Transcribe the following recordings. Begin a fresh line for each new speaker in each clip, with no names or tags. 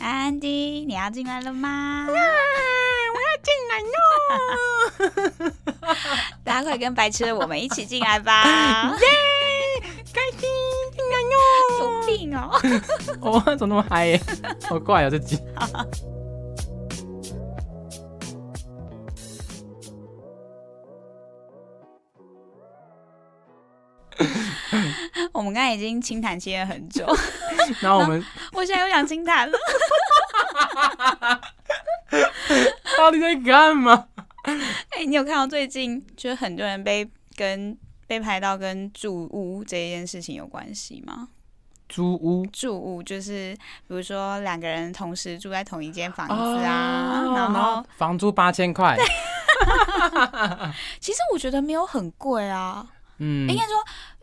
安迪，你要进来了吗？
我要进来哟！
大家快跟白痴的我们一起进来吧！
耶，开心进来哟！
有病哦！
哦，怎么那么嗨 耶？好
啊
怪哦，这集。
我们刚才已经清谈期了很久，
然后我们
我现在又想清谈了。
到底在干嘛？
哎、你有看到最近就是很多人被跟被拍到跟住屋这一件事情有关系吗？
租屋
住屋就是比如说两个人同时住在同一间房子啊，
哦
然后
房租八千块，
其实我觉得没有很贵啊，
嗯
应，该说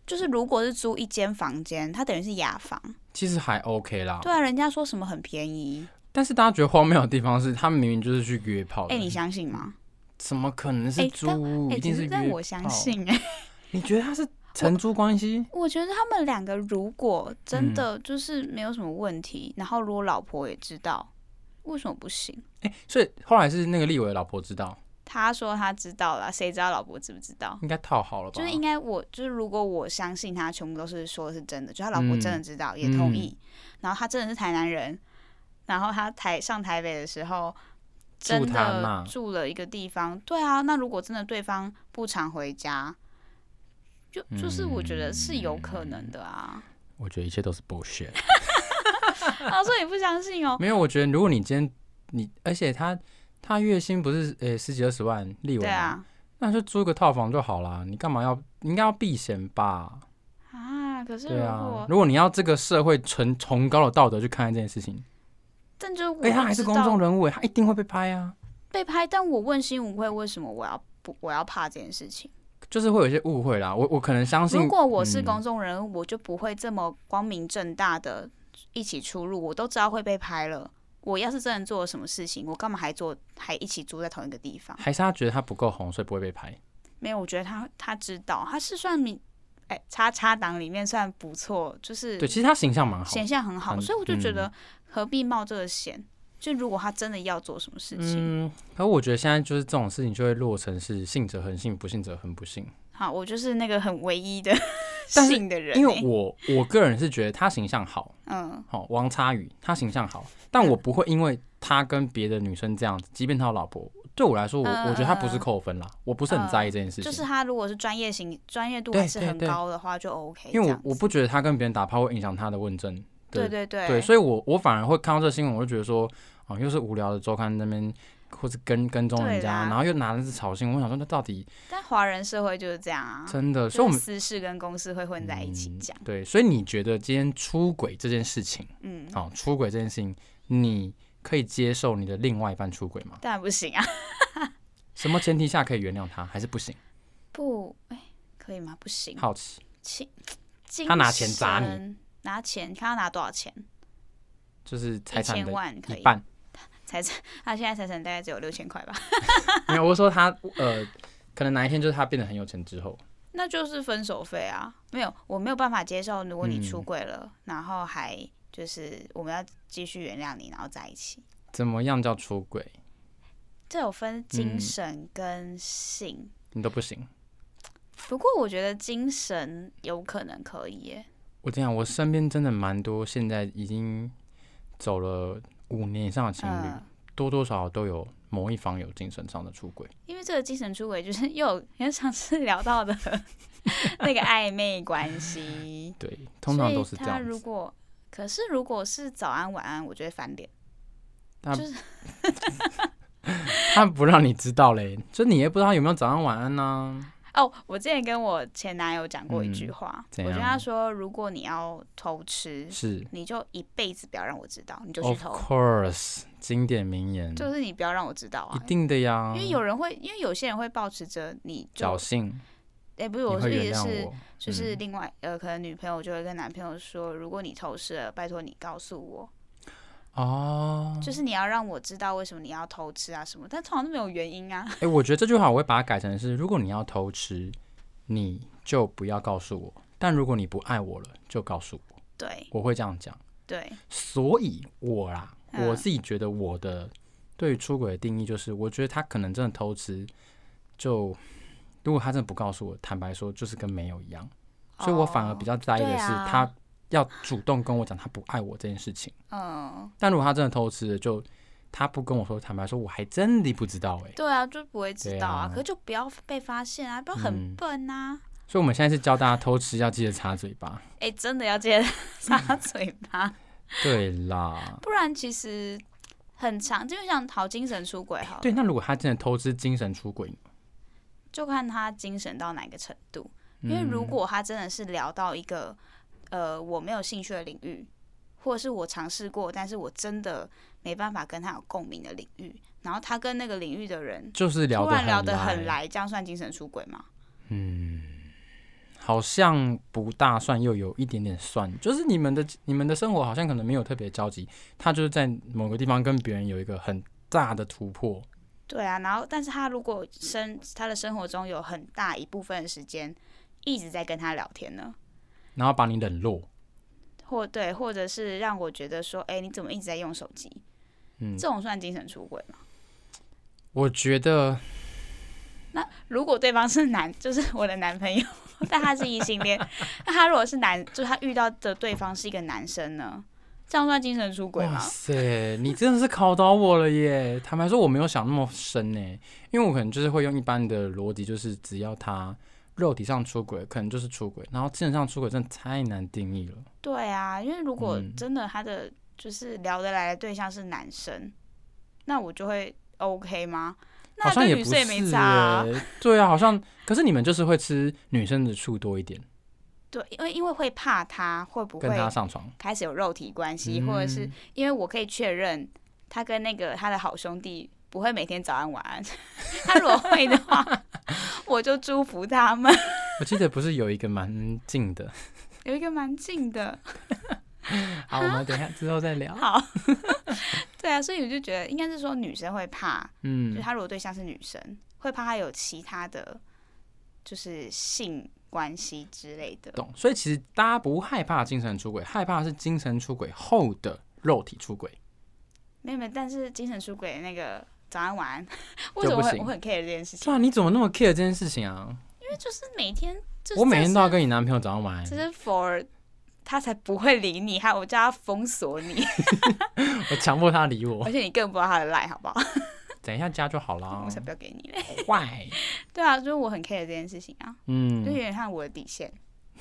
就是如果是租一间房间，它等于是雅房，
其实还 OK 啦。
对啊，人家说什么很便宜，
但是大家觉得荒谬的地方是，他们明明就是去约炮的。
哎、你相信吗？
怎么可能是
哎
租
但
屋？
哎、
哦一
其
定是
实
约
但
炮
我相。信、哎，
你觉得他是承租关系？
我觉得他们两个如果真的
嗯
就是没有什么问题，然后如果老婆也知道，为什么不行？
哎，所以后来是那个立伟的老婆知道，
他说他知道了，谁知道老婆知不知道？
应该套好了吧？
就是应该我就是如果我相信他全部都是说的是真的，就他老婆真的
嗯
知道、也同意，然后他真的是台南人，然后他台上台北的时候真
住他那
的住了一个地方，对啊，那如果真的对方不常回家，就就是我觉得是有可能的啊，
我觉得一切都是 bullshit。嗯
啊，所以你不相信 哦，
没有，我觉得如果你今天你，而且他他月薪不是呃十几二十万，立伟
对，啊，
那就租个套房就好啦。你干嘛要？你应该要避嫌吧？
啊，可是如
对
果
啊，，如果你要这个社会纯崇高的道德去看待这件事情，
但就我
哎、他还是
不知
公
道
众人物，他一定会被拍啊。
被拍，但我问心无愧，为什么我要不我要怕这件事情？
就是会有一些误会啦，我我可能相信
如果我是
嗯
公众人物，我就不会这么光明正大的一起出入，我都知道会被拍了。我要是真的做了什么事情，我干嘛还做还一起住在同一个地方？
还是他觉得他不够红，所以不会被拍。
没有，我觉得他他知道，他是算明哎叉叉党里面算不错，就是
对，其实他形象蛮好
显。象很好，
很
所以我就觉
嗯
得何必冒这个险？就如果他真的要做什么事情，
嗯，可我觉得现在就是这种事情就会落成是信者恒信，不信者恒不信。
好，我就是那个很唯一的
但是
信的人欸、
因为我我个人是觉得他形象好，
嗯，
好、王差宇他形象好，但我不会因为他跟别的女生这样子，即便他有老婆，对我来说，我
嗯
我觉得他不
嗯
是
嗯
扣分啦，我不是很在意这件事情。
就是他如果是专业型、专业度
对
还是
对
很
对
高的话，就 OK 这
因
样
为
子。
我我不觉得他跟别人打炮会影响他的问政。
对对对，
对，所以我我反而会看到这个新闻，我就觉得说，啊、又是无聊的周刊那边，或是跟跟踪人
对
家，
啦
然后又拿的是炒新闻，我想说，那到底
但华人社会就是这样啊，
真
就
的？所以
是
我们嗯
私事跟公事会混在一起讲。
对，所以你觉得今天出轨这件事情，
嗯，
啊、出轨这件事情，你可以接受你的另外一半出轨吗？
当然不行啊，
什么前提下可以原谅他，还是不行？
不，哎，可以吗？不行，
好奇，
请精
他拿钱砸你
神，拿钱，看他拿多少钱，
就是财
一
产
千
的
万可
一
以，
半。
财产，他现在财产大概只有六千块吧，
没有，我说他呃，可能哪一天就是他变得很有钱之后，
那就是分手费啊，没有，我没有办法接受，如果你
嗯
出轨了，然后还就是我们要继续原谅你，然后在一起。
怎么样叫出轨，
这有分精
嗯
神跟性，
你都不行。
不过我觉得精神有可能可以耶，
我这样，我身边真的蛮多，现在已经走了五年以上的情侣，
嗯
多多少少都有某一方有精神上的出轨。
因为这个精神出轨就是又有跟上次聊到 的那个暧昧关系，
对， 通常都是
所以
这
他
样
如
子。
果可是如果是早安晚安，我就会翻脸。
他
就是
他不让你知道嘞，就你也不知道他有没有早安晚安呢、
哦，我之前跟我前男友讲过一句话，
嗯怎
我
样
跟他说，如果你要偷吃，
是
你就一辈子不要让我知道，你嗯就去
，of
偷，
course，经典名言，
就是你不要让我知道
一嗯
啊。
定的呀。
因为有人会，因为有些人会保持着你就
侥幸，
哎、不是，
你
我
会
是意
原
思是
谅我。
就是另外、呃，可能女朋友就会跟男朋友说，如果你偷吃了，拜托你告诉我，
哦，
就是你要让我知道为什么你要偷吃啊什么，但通常都没有原因啊。
哎、我觉得这句话我会把它改成是：如果你要偷吃，你就不要告诉我；但如果你不爱我了，就告诉我。
对
我会这样讲。
对，
所以我啦，
嗯
我自己觉得我的对于出轨的定义就是，我觉得他可能真的偷吃，就如果他真的不告诉我，坦白说就是跟没有一样。所以我反而比较在意
对
的是
啊
他要主动跟我讲他不爱我这件事情。
嗯，
但如果他真的偷吃了，就他不跟我说，坦白说我还真的不知道哎、
对啊，就不会知道啊，
对啊
可是就不要被发现啊，不要很
嗯
笨啊，
所以我们现在是教大家偷吃要记得擦嘴巴。
哎、真的要记 得擦嘴巴，
对啦，
不然其实很长，就像讨精神出轨好了，
对。那如果他真的偷吃精神出轨呢，
就看他精神到哪个程度。因为如
嗯
果他真的是聊到一个呃我没有兴趣的领域，或者是我尝试过，但是我真的没办法跟他有共鸣的领域，然后他跟那个领域的人
就是聊
突
得
然
很
聊得很
来，
来，这样算精神出轨吗？
好像不大算，又有一点点算。就是你们的你们的生活好像可能没有特别交集，他就是在某个地方跟别人有一个很大的突破。
对啊，然后但是他如果生他的生活中有很大一部分的时间一直在跟他聊天呢，
然后把你冷落，
或对，或者是让我觉得说，哎、你怎么一直在用手机？
嗯
这种算精神出轨吗？
我觉得
那如果对方是男， 就是我的男朋友， 但他是异性恋， 那他如果是男，就是他遇到的对方是一个男生呢，这样算精神出轨
哇
吗？
塞，你真的是考倒我了耶！ 坦白说，我没有想那么深呢，因为我可能就是会用一般的逻辑，就是只要他肉体上出轨，可能就是出轨，然后精神上出轨真的太难定义了。
对啊，因为如果
嗯
真的他的就是聊得来的对象是男生，那我就会 OK 吗？
好
那
像
对
也
女
不是
生也没差、啊，
耶对啊，好像可是你们就是会吃女生的醋多一点，
对，因为因为会怕他会不
跟她
会
上床，
开始有肉体关系，或者是
嗯
因为我可以确认他跟那个他的好兄弟不会每天早安晚安，他如果会的话， 我就祝福他们。
我记得不是有一个蛮近的，
有一个蛮近的，
好，我们等一下之后再聊。
好， 对啊，所以我就觉得应该是说女生会怕，就
嗯
是，她如果对象是女生，会怕她有其他的，就是性关系之类的。
懂。所以其实大家不害怕精神出轨，害怕是精神出轨后的肉体出轨。
没有没有，但是精神出轨那个早安晚安， 为什么
不
会
行
我很 care 这件事情？
对啊，你怎么那么 care 这件事情啊？
因为就是每天，就是、
我每天都要跟你男朋友早上晚安
这，是 for 他才不会理你，还有我叫他封锁你，
我强迫他理 我哦
而，且你更不知道他的赖好不好？
等一下加就好啦
我。才不要给你嘞。
坏，
对啊，就是我很 care 这件事情啊，就有
嗯，
点像我的底线。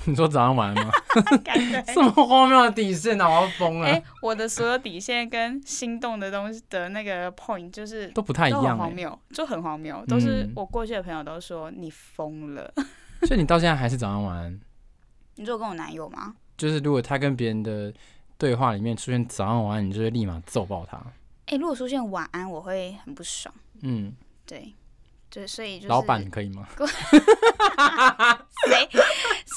你说早上晚 安吗？
感 觉
这么荒谬的底线啊，我要疯
哎、
了，
我的所有底线跟心动的东西的那个 point 就是
都不太一
都很
样
荒
哎。
谬，就很荒谬，都是
嗯
我过去的朋友都说你疯了。
欸所以你到现在还是早上晚安，
你说我跟我男友吗？
就是如果他跟别人的对话里面出现早上晚安，你就会立马揍爆他。
哎、如果出现晚安，我会很不爽。
嗯，
对，对，所以就是
老板可以吗？
谁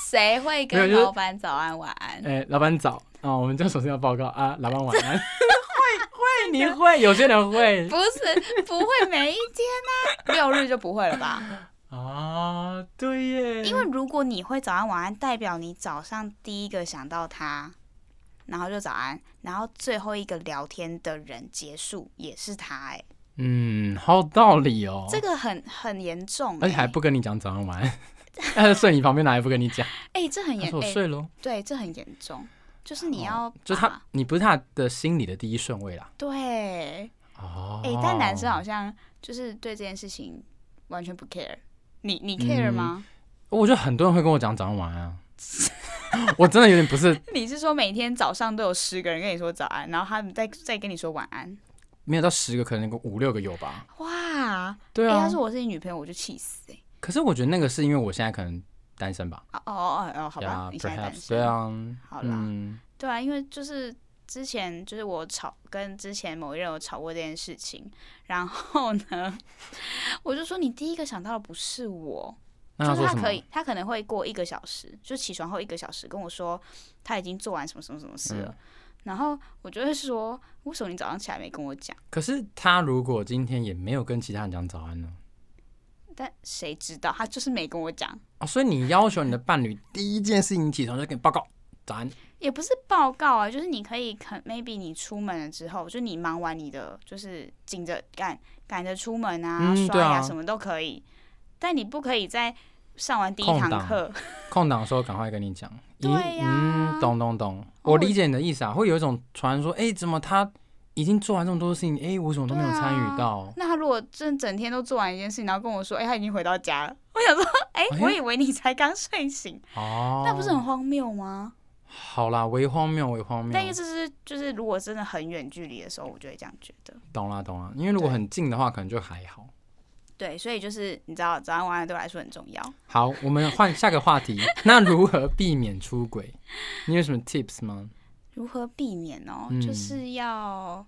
谁会
没
跟
有就是
老板早安晚安？
哎，老板早啊，我们这首先要报告啊，老板晚 安。会会，你会，有些人会
不是，不会每一天啊， 六日就不会了
嗯
吧？
啊，对耶，
因为如果你会早安晚安，代表你早上第一个想到他，然后就早安，然后最后一个聊天的人结束也是他、哎、
嗯，好有道理哦。
这个很很严重、
而且还
哎
不跟你讲早上 晚安， 他在睡你旁边，哪还不跟你讲？
哎、这很
他
严，
说我
哎、
睡喽，
对，这很严重，就是你要把、
就是他，你不是他的心里的第一顺位啦。
对，
哦，
哎、但男生，好像就是对这件事情完全不 care，你你 care
嗯
吗？
我觉得很多人会跟我讲早上晚安啊， 我真的有点不是
你是说每天早上都有十个人跟你说早安，然后他们再再跟你说晚安？
没有到十个，可能有五六个有吧。
哇！
对
哎、
啊
要是，我是你女朋友，我就气死哎、
可是我觉得那个是因为我现在可能单身吧，
哦哦哦哦，好吧
呀
你现在单
，perhaps，
身。
对啊，
好啦
嗯，
对啊，因为就是之前就是我吵跟之前某一任有吵过这件事情，然后呢， 我就说你第一个想到的不是我，
那
就
要
是
做
他
什么
可？以，他可能会过一个小时，就起床后一个小时跟我说他已经做完什么什么什么
嗯
事了，然后我就会说为什么你早上起来没跟我讲？
可是他如果今天也没有跟其他人讲早安呢？
但谁知道他就是没跟我讲，
啊哦，所以你要求你的伴侣第一件事情起床就给你报告早安，
也不是报告啊，就是你可以肯，maybe 你出门了之后，就你忙完你的，就是紧着赶赶着出门啊，
嗯
刷
对
牙、
啊
什么都可以，但你不可以在上完第一
空
堂
档
课，
空档的时候赶快跟你讲。
对
咦
呀
嗯，懂懂懂，
哦
我理解你的意思啊，会有一种传说，哎、怎么他已经做完这么多事情，哎、我怎么都没有
对啊
参与到？
那他如果真整天都做完一件事情，然后跟我说，哎、他已经回到家了，我想说，哎、
哎
我以为你才刚睡醒，啊
哦，
那不是很荒谬吗？
好啦，为荒谬，为荒谬
但，意思是，就是如果真的很远距离的时候，我就会这样觉得。
懂啦懂啦，因为如果
对
很近的话，可能就还好。
对，所以就是你知道，早安晚安对我来说很重要。
好，我们换下个话 题。那如何避免出轨？你有什么 tips 吗？
如何避免哦？
嗯
就是要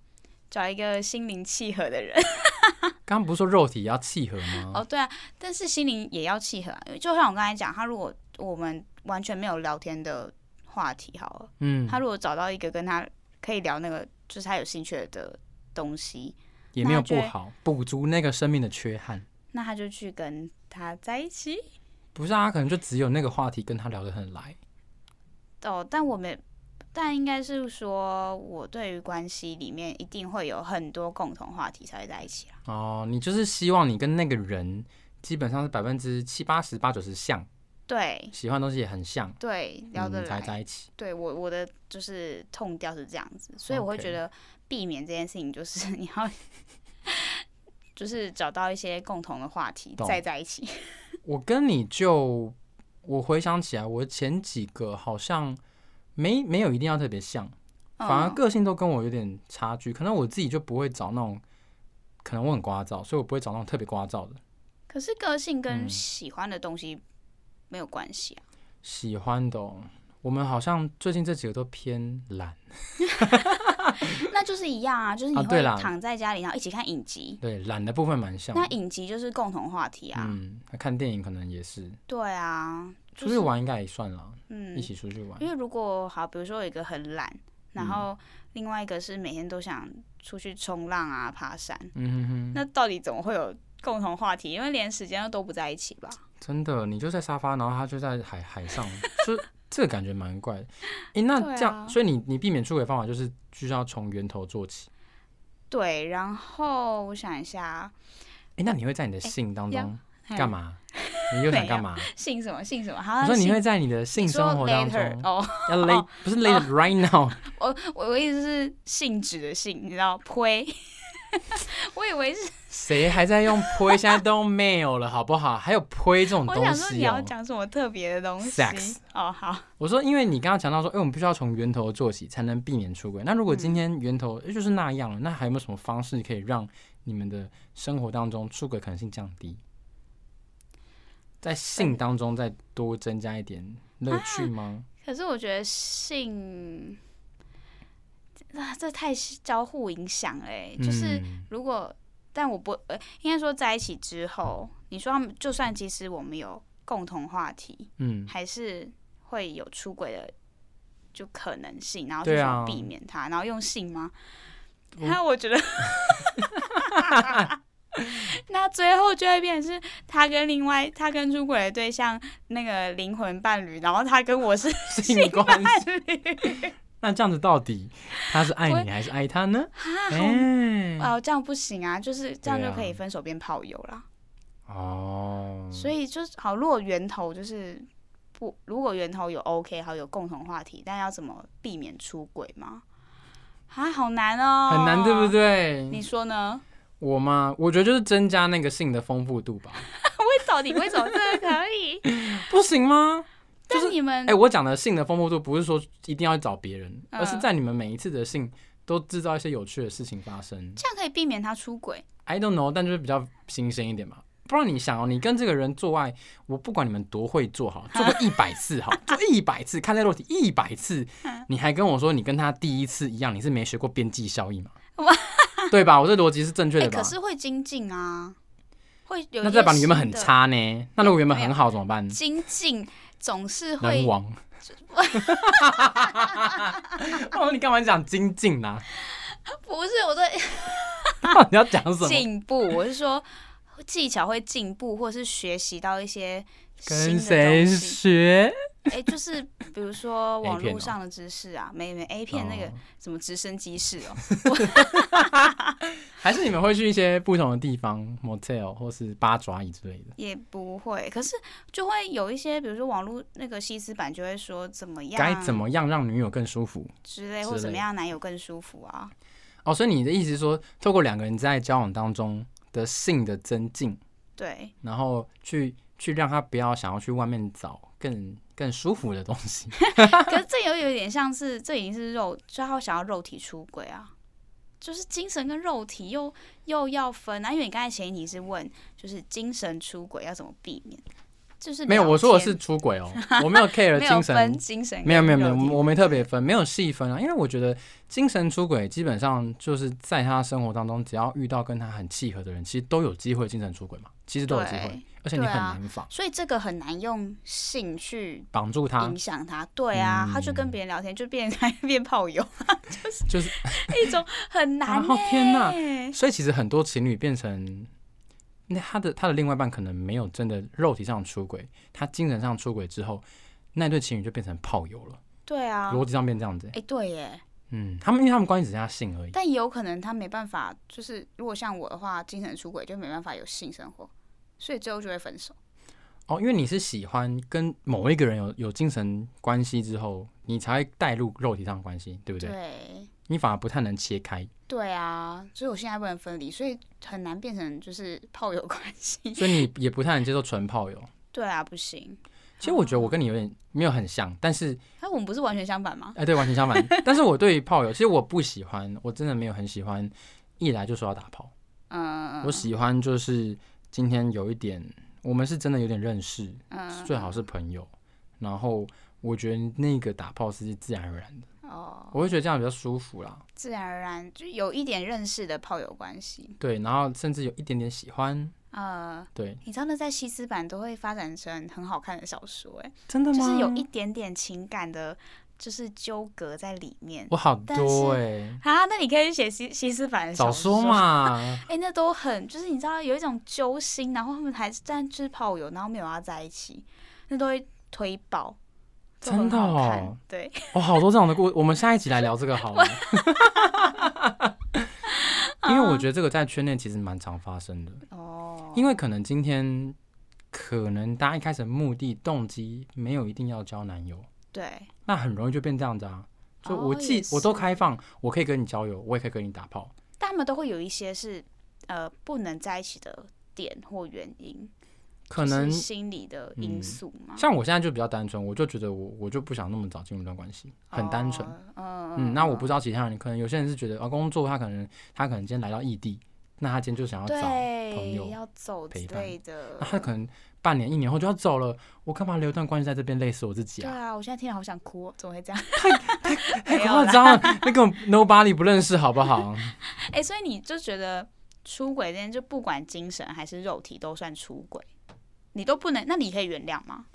找一个心灵契合的人。
刚刚不是说肉体也要契合吗？
哦，对啊，但是心灵也要契合、啊，就像我刚才讲，他如果我们完全没有聊天的话题好了，
嗯，
他如果找到一个跟他可以聊那个，就是他有兴趣的东西，
也没有
那
不
就
好，补足那个生命的缺憾。
那他就去跟他在一起。
不是啊，可能就只有那个话题跟他聊得很来。
哦，但我们但应该是说，我对于关系里面一定会有很多共同话题才会在一起啊啦。
哦，你就是希望你跟那个人基本上是百分之七八十、八九十像，
对
喜欢的东西也很像，
对，聊得
嗯、才
来。
在一起。
对我我的就是痛调是这样子，所以我会
OK
觉得避免这件事情就是你要 就是找到一些共同的话题
懂
再在一起。
我跟你就，我回想起来，我前几个好像没没有一定要特别像，反而
嗯
个性都跟我有点差距。可能我自己就不会找那种，可能我很聒噪，所以我不会找那种特别聒噪的。
可是个性跟
嗯
喜欢的东西没有关系啊。
喜欢的哦、我们好像最近这几个都偏懒，
那就是一样啊，就是你
啊
会
对啦
躺在家里，然后一起看影集。
对懒的部分蛮像的。
那影集就是共同话题啊，
嗯，那看电影可能也是，
对啊，就
出去
是
玩应该也算了，
嗯
一，起嗯出去玩
因。为如果好，比如说有一个很懒，然后另外一个是每天都想出去冲浪啊、爬山，
嗯哼哼，
那到底怎么会有共同话题？因为连时间都不在一起吧？
真的，你就在沙发，然后他就在海 海上，就这个感觉蛮怪的。诶、那
对啊
这样，所以你你避免出轨的方法就是就是要从源头做起。
对，然后我想一下，
诶、那你会在你的性当中干
嘛？
嘛？你又想干嘛？
姓什么？姓什么？好，
我说你
姓
会在你的性
啊你说
生活当
later
中，
哦，
要 late 不是 later right now，
我我我意思是性质的性，你知道呸， 我以为是，
谁还在用 p 现在都没有了，好不好？还有 p 这种
我
东
想说你
西
要
哦。
讲什么特别的东西
Sex
哦，好，
我说，因为你刚刚讲到说，哎、我们必须要从源头做起，才能避免出轨。那如果
嗯
今天源头诶就是那样了，那还有没有什么方式可以让你们的生活当中出轨可能性降低？在性当中再多增加一点乐趣吗？
可是我觉得性，啊，这太交互影响了欸、就是
嗯
如果，但我不，呃，应该说在一起之后，你说他们就算其实我们有共同话题，
嗯，
还是会有出轨的就可能性，然后就
对
想
啊
避免它，然后用性吗？
我
那我觉 得，那最后就会变成是他跟另外他跟出轨的对象那个灵魂伴侣，然后他跟我是
性关系。 那这样子到底他是爱你还是爱他呢？
啊，好
哎、
哦，这样不行啊，就是这样
对
就
啊
可以分手变炮友啦。
哦，
所以就是好，如果源头就是不，如果源头有 OK，好有共同话题，但要怎么避免出轨吗？啊，好难哦，
很难，对不？
你
对？
说呢？
我嘛，我觉得就是增加那个性的丰富度吧，
为什么你为什么这个可 以？
不行吗？
但你们、
哎、我讲的性的丰富度不是说一定要找别人，
嗯
而是在你们每一次的性都制造一些有趣的事情发生。
这样可以避免他出轨，
I don't know，但就是比较新鲜一点嘛。不然你想哦，你跟这个人做爱，我不管你们多会做好，做个一百次好，做一百次，看在肉体一百次，
嗯
你还跟我说你跟他第一次一样，你是没学过边际效应嘛
哇？
对吧？我这逻辑是正确
哎、
的吧
可？是会精进啊，会有一些
那再把你原本很
新的
差呢？那如果原本很好怎么办？
精进，总是会
人王。哦，你干嘛讲精 进呢、
不是我的
到底要讲什么？
进步，我是说技巧会进步，或是学习到一些新
跟
的东
谁
西。
学？
哎，就是比如说网
片
络
哦
上的知识啊，没没 A 片那个
哦
什么直升机室哦，
还是你们会去一些不同的地方，motel 或是八爪椅之类的？
也不会，可是就会有一些，比如说网络那个西斯版就会说怎么样，
该怎么样让女友更舒服？
之类，
之
或怎么
类
样男友更舒服啊？
哦，所以你的意思是说，透过两个人在交往当中的性的增进，
对，
然后去去让他不要想要去外面找更更舒服的东 西。
可是这有有点像是，这已经是肉，就他想要肉体出轨啊，就是精神跟肉体又又要分啊。因为你刚才前一题是问，就是精神出轨要怎么避免，就是
没有，
聊
我说我
天
是出轨哦，我没有 care
没有
精神
分精神跟
没有没有没有，
肉体
我我没特别分，没有细分啊，因为我觉得精神出轨基本上就是在他生活当中，只要遇到跟他很契合的人，其实都有机会精神出轨嘛，其实都有机会
对，
而且你
对
很
啊
难防
所以这个很难用性去。
绑住他
影，响他，对
嗯
啊，他就跟别人聊天，就变成 变炮友，
就是
一种很难、
然
欸。
后啊天哪，所以其实很多情侣变成。那他的他的另外一半可能没有真的肉体上出轨，他精神上出轨之后，那对情侣就变成炮友了，
对啊，
逻辑上变这样子欸、
哎、对耶，
嗯，他们因为他们关系只剩下性而已，
但也有可能他没办法，就是如果像我的话，精神出轨就没办法有性生活，所以最后就会分手。
哦，因为你是喜欢跟某一个人有有精神关系之后，你才会带入肉体上的关系，对不对？
对
你反而不太能 切开，
对啊，所以我现在不能分离，所以很难变成就是炮友关系。
所以你也不太能接受纯炮友。
对啊，不行。
其实我觉得我跟你有点没有很像，但是
那我们不是完全相反吗？
哎、对，完全 相反。但是我对于炮友，其实我不喜欢，我真的没有很喜欢，一来就说要打炮。
嗯，
我喜欢就是今天有一点，我们是真的有点认识，
嗯
最好是朋友，然后我觉得那个打炮是自然而然的，
哦，
我会觉得这样比较舒服啦。
自然而然就有一点认识的炮友关系。
对，然后甚至有一点点喜欢，
呃，
对，
你知道那在西斯版都会发展成很好看的小说、欸，
真的
就是有一点点情感的，就是纠葛在里面。
我好
但是
多哎、
啊，那你可以去写西西斯版的小
早说
说。
嘛，
哎、那都很，就是你知道有一种揪心，然后他们还是但就是炮友，然后没有要在一起，那都会推爆，都很
真的
好看
哦，
对，
我、好多这种的故，我们下一集来聊这个好了，因为
嗯
我觉得这个在圈内其实蛮常发生的，
哦，
因为可能今天可能大家一开始的目的动机没有一定要交男友，
对，
那很容易就变这样子啊。就我
哦
既、
也
我都
是
开放，我可以跟你交友，我也可以跟你打炮，
但他们都会有一些是呃不能在一起的点或原因，
可
就是
能
心理的因
嗯
素嘛，
像我现在就比较单纯，我就觉得我我就不想那么早进入一段关系，很单纯。
哦，嗯
嗯，那我不知道其他人，可能有些人是觉得啊，工作他可能他可能今天来到异地，那他今天就想要找朋
对
友，
要走之
陪伴啊
类的
那，他可能半年一年后就要走了，我干嘛留一段关系在这边累死我自己
对
啊？
啊，我现在听了好想哭、哦，怎么会这样？
太
没 有
夸
啦
张了，啊那个 nobody 不认识好不好？
哎、所以你就觉得出轨这件，就不管精神还是肉体都算出轨，你都不能，那你可以原谅吗？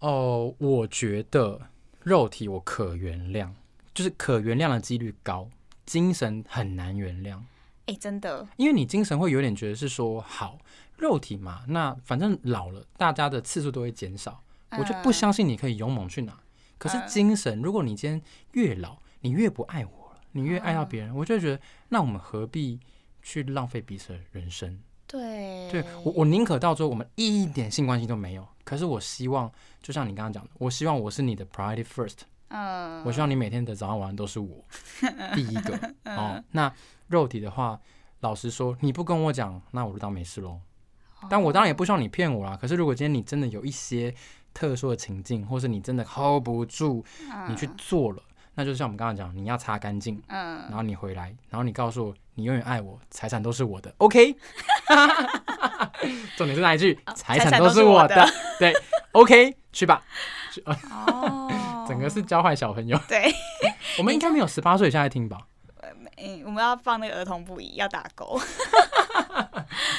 哦，我觉得肉体我可原谅，就是可原谅的几率高，精神很难原谅。
哎、真的，
因为你精神会有点觉得是说好肉体嘛，那反正老了，大家的次数都会减少，我就不
嗯
相信你可以勇猛去拿。可是
嗯
精神，如果你今天越老，你越不爱我了，你越爱到别
嗯
人，我就会觉得那我们何必去浪费彼此的人生？
对，嗯
对我，我宁可到最后我们一点性关系都没有。可是我希望，就像你刚刚讲的，我希望我是你的 priority first，
嗯，
我希望你每天的早上晚上都 是我第一个
嗯
哦。那肉体的话，老实说，你不跟我讲，那我就当没事喽。
哦
但我当然也不希望你骗我啦。可是如果今天你真的有一些特殊的情境，或是你真的 hold 不住，
啊
你去做了，那就像我们刚刚讲，你要擦干净，
嗯，
然后你回来，然后你告诉我你永远爱我，财产都是我的，OK？重点是那一句，财
哦财
产
产
都
都是
是我
我
的，对，OK，去吧。，
哦
整个是教坏小朋友，
对，
我们应该没有十八岁以下在听吧？
嗯，我们要放那个儿童不宜，要打勾，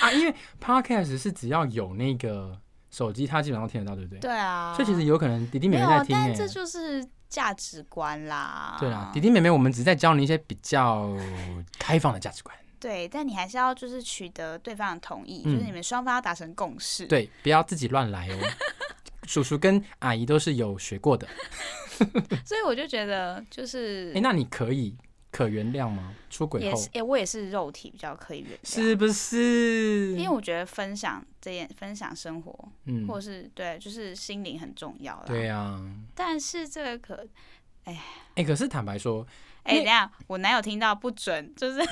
啊，因为 podcast 是只要有那个手机，它基本上听得到，对不对？
对啊，
所以其实有可能弟弟妹
没有
妹在
啊，
听
但
诶、
这啊就是价值观啦，
对啦，弟弟妹妹，我们只是在教你一些比较开放的价值观，
对，但你还是要就是取得对方的同意，就是
嗯
你们双方要达成共识，
对，不要自己乱来哦。叔叔跟阿姨都是有学过的。
嗯所以我就觉得就是
哎、那你可以可原谅吗？出轨
也
后
是，哎、我也是肉体比较可以原谅，
是不是？
因为我觉得分享这件分享生活，
嗯，
或者是对，就是心灵很重要啦。
对啊。
但是这个可，
哎、可是坦白说，
哎、
因为
等一下我男友听到不准，就是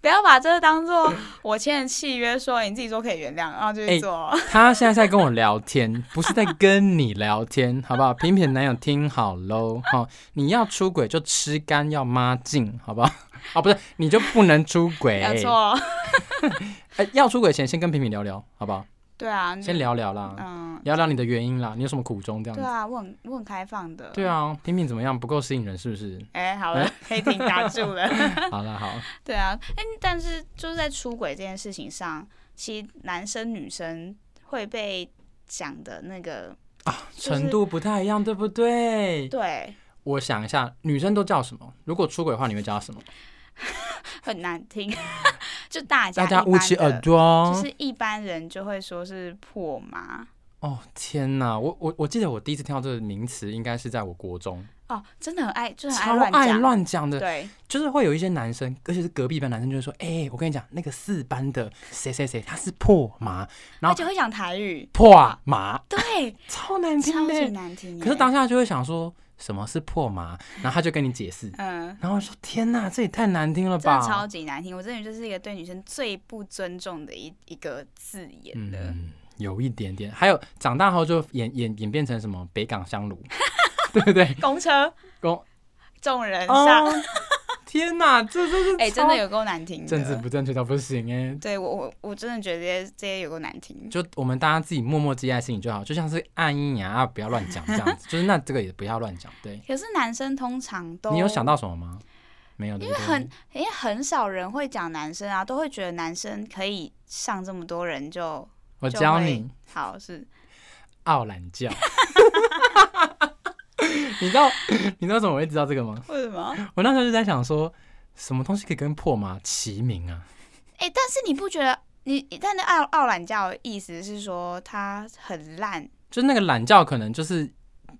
不要把这个当 做我签的契约说，你自己说可以原谅，然后就
哎
去做。
他现在在跟我聊天， 不是在跟你聊天，好不好？平平男友听好喽，哈、你要出轨就吃干要抹净，好 不好？哦，不是，你就不能出轨。
没错，
哎、要出轨前先跟平平聊聊，好不好？
对啊，你
先聊聊啦，
嗯，
聊聊你的原因啦，你有什么苦衷这样
对
子？
啊，我很我很开放的。
对啊，平平怎么样？不够吸引人是
？
不是
哎、好了，黑婷打住 了。
好啦，好，
对啊，哎、但是就是在出轨这件事情上，其实男生女生会被讲的那个，就是
程度不太一样，对不对？
对，
我想一下，女生都叫什么？如果出轨的话，你会叫什么？
很难 听，就大家
大家
一般
捂起
的
耳朵。
就是一般人就会说是破麻
哦天哪，我我我记得我第一次听到这个名词，应该是在我国中，
哦，真的很爱，就是
超
很乱
爱
讲，
乱讲的，
对，
就是会有一些男生，而且是隔壁班男生，就会说，哎、我跟你讲，那个四班的谁谁谁，他是破麻，
而
然后
且会讲台语，
破麻，
对，
超难听
超级
的。
难听耶。
可是当下就会想说，什么是破麻？然后他就跟你解释，
嗯。
然后说，天哪，这也太难听了
真的超
吧。嗯
级难听，我真的就是一个对女生最不尊重的一一个字眼的。
嗯，有一点点。还有长大后就演演演变成什么北港香炉， 对不对？
公车
公
众人 上，
哦，天哪，这这 是
哎、真的有够难听的。
政治不正确到不行哎、
对我我我真的觉得这些这些有够难听。
就我们大家自己默默记在心里就好，就像是按一牙、啊、不要乱讲这样 子，就是那这个也不要乱讲。对
可是男生通常都
你有想，到什么吗？没有，对不对？
很因为很少人会讲男生啊，都会觉得男生可以上这么多人就
我
就
教
会
你
好是
傲懒教。 你知道你知道怎么我会知道这个吗？
为什么？
我那时候就在想说，什么东西可以跟破马齐名啊？
哎、但是你不觉得你但那奥奥懒教的意思是说他很烂，
就是那个懒觉可能就是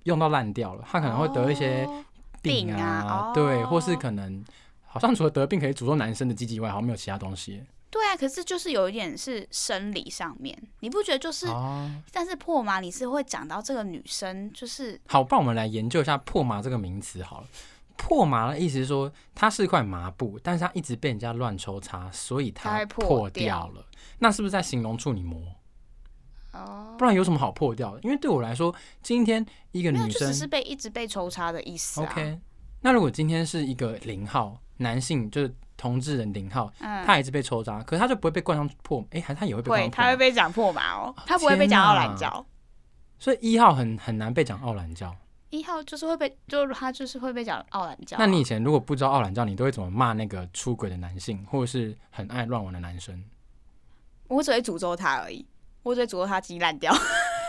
用到烂掉了，他可能会得一些
哦
病
病啊哦
对，或是可能好像除了得病可以诅咒男生的鸡鸡以外，好像没有其他东西。
对啊，可是就是有一点是生理上面，你不觉得就是？
哦，
但是破麻你是会讲到这个女生，就是
好，不然我们来研究一下“破麻”这个名词好了。破麻的意思是说，它是一块麻布，但是它一直被人家乱抽插，所以
它
它
会破
破掉了。那是不是在形容处女膜？
哦，
不然有什么好破掉的？因为对我来说，今天一个
没有，
女
就
生
只是被一直被抽插的意思啊。
OK，那如果今天是一个零号男性，就是同志人零号，
嗯，
他也是被抽扎，可是他就不会被冠上破，哎、还是他也会被冠
会，
上
他会
破，
被讲破麻哦，他不会
天
被讲到懒
哪
觉。
所以一号很很难被讲傲懒教。
一号就是会被，就是他就是会被讲傲懒觉啊。
那你以前如果不知道傲懒教，你都会怎么骂那个出轨的男性，或者是很爱乱玩的男
嗯
生？
我只会诅咒他而已，我只会诅咒他鸡烂 掉。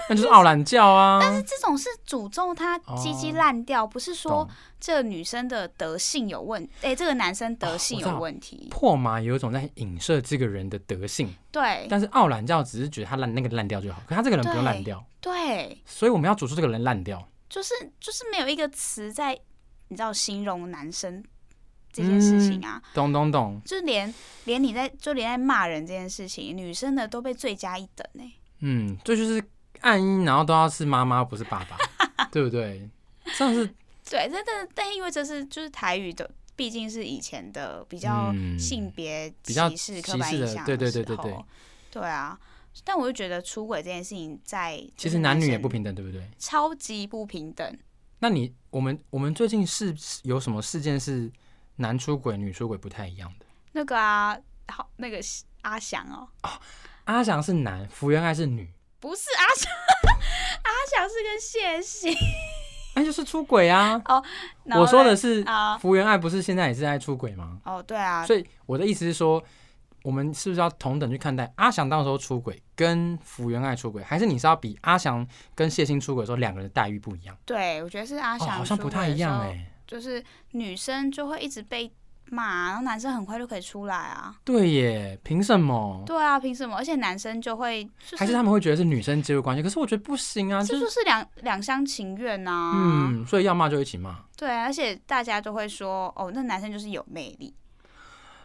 那就是傲懒教啊。
这种是诅咒他鸡鸡烂掉，不是说
哦懂
这个女生的德性有问，哎、这个男生德性
哦我知
有
道
问题。
破麻有一种在影射这个人的德性，
对
但是傲懒教只是觉得他烂那个烂掉就好，可他这个人不用烂掉，
对，
所以我们要诅咒这个人烂掉
就是就是没有一个词在，你知道形容男生这件事情啊，
懂懂懂，
就连连你在就连在骂人这件事情，女生的都被罪加一等哎、
嗯，这就是暗音，然后都要是妈妈不是爸 爸，对不对？这样是
对，但但但因为这是就是台语的，毕竟是以前的比较
嗯
性别
比较
歧视、刻
歧
板
视
印
的
象
对对
时
对对
候
对，
对啊。但我就觉得出轨这件事情在
其实男女也不，
就是
平等，对不对？
生超级不平等。
那你我们我们最近是有什么事件是男出轨、女出轨不太一样的？
那个啊，好，那个是阿翔哦，
阿翔是男，福原爱是女，
不是阿翔，阿翔是跟谢欣。
那哎就是出轨啊！
然后
我说
嘞
的是
啊，
福原爱，不是现在也是在出轨吗？
哦，对啊，
所以我的意思是说，我们是不是要同等去看待阿翔当时候出轨跟福原爱出轨，还是你是要比阿翔跟谢欣出轨的时候两个人的待遇不一样？
对，我觉得是阿
哦，
翔、
好像不太一样哎、
就是女生就会一直被骂啊，然后男生很快就可以出来啊。
对耶，凭什么？
对啊，凭什么？而且男生就会就
哦还是
是
他们会觉得是女生介入关系？可是我觉得不行啊，就
这
是
就是两两厢情愿呐、啊。，
嗯，所以要骂就一起骂。
对啊，而且大家都会说，哦，那男生就是有魅力，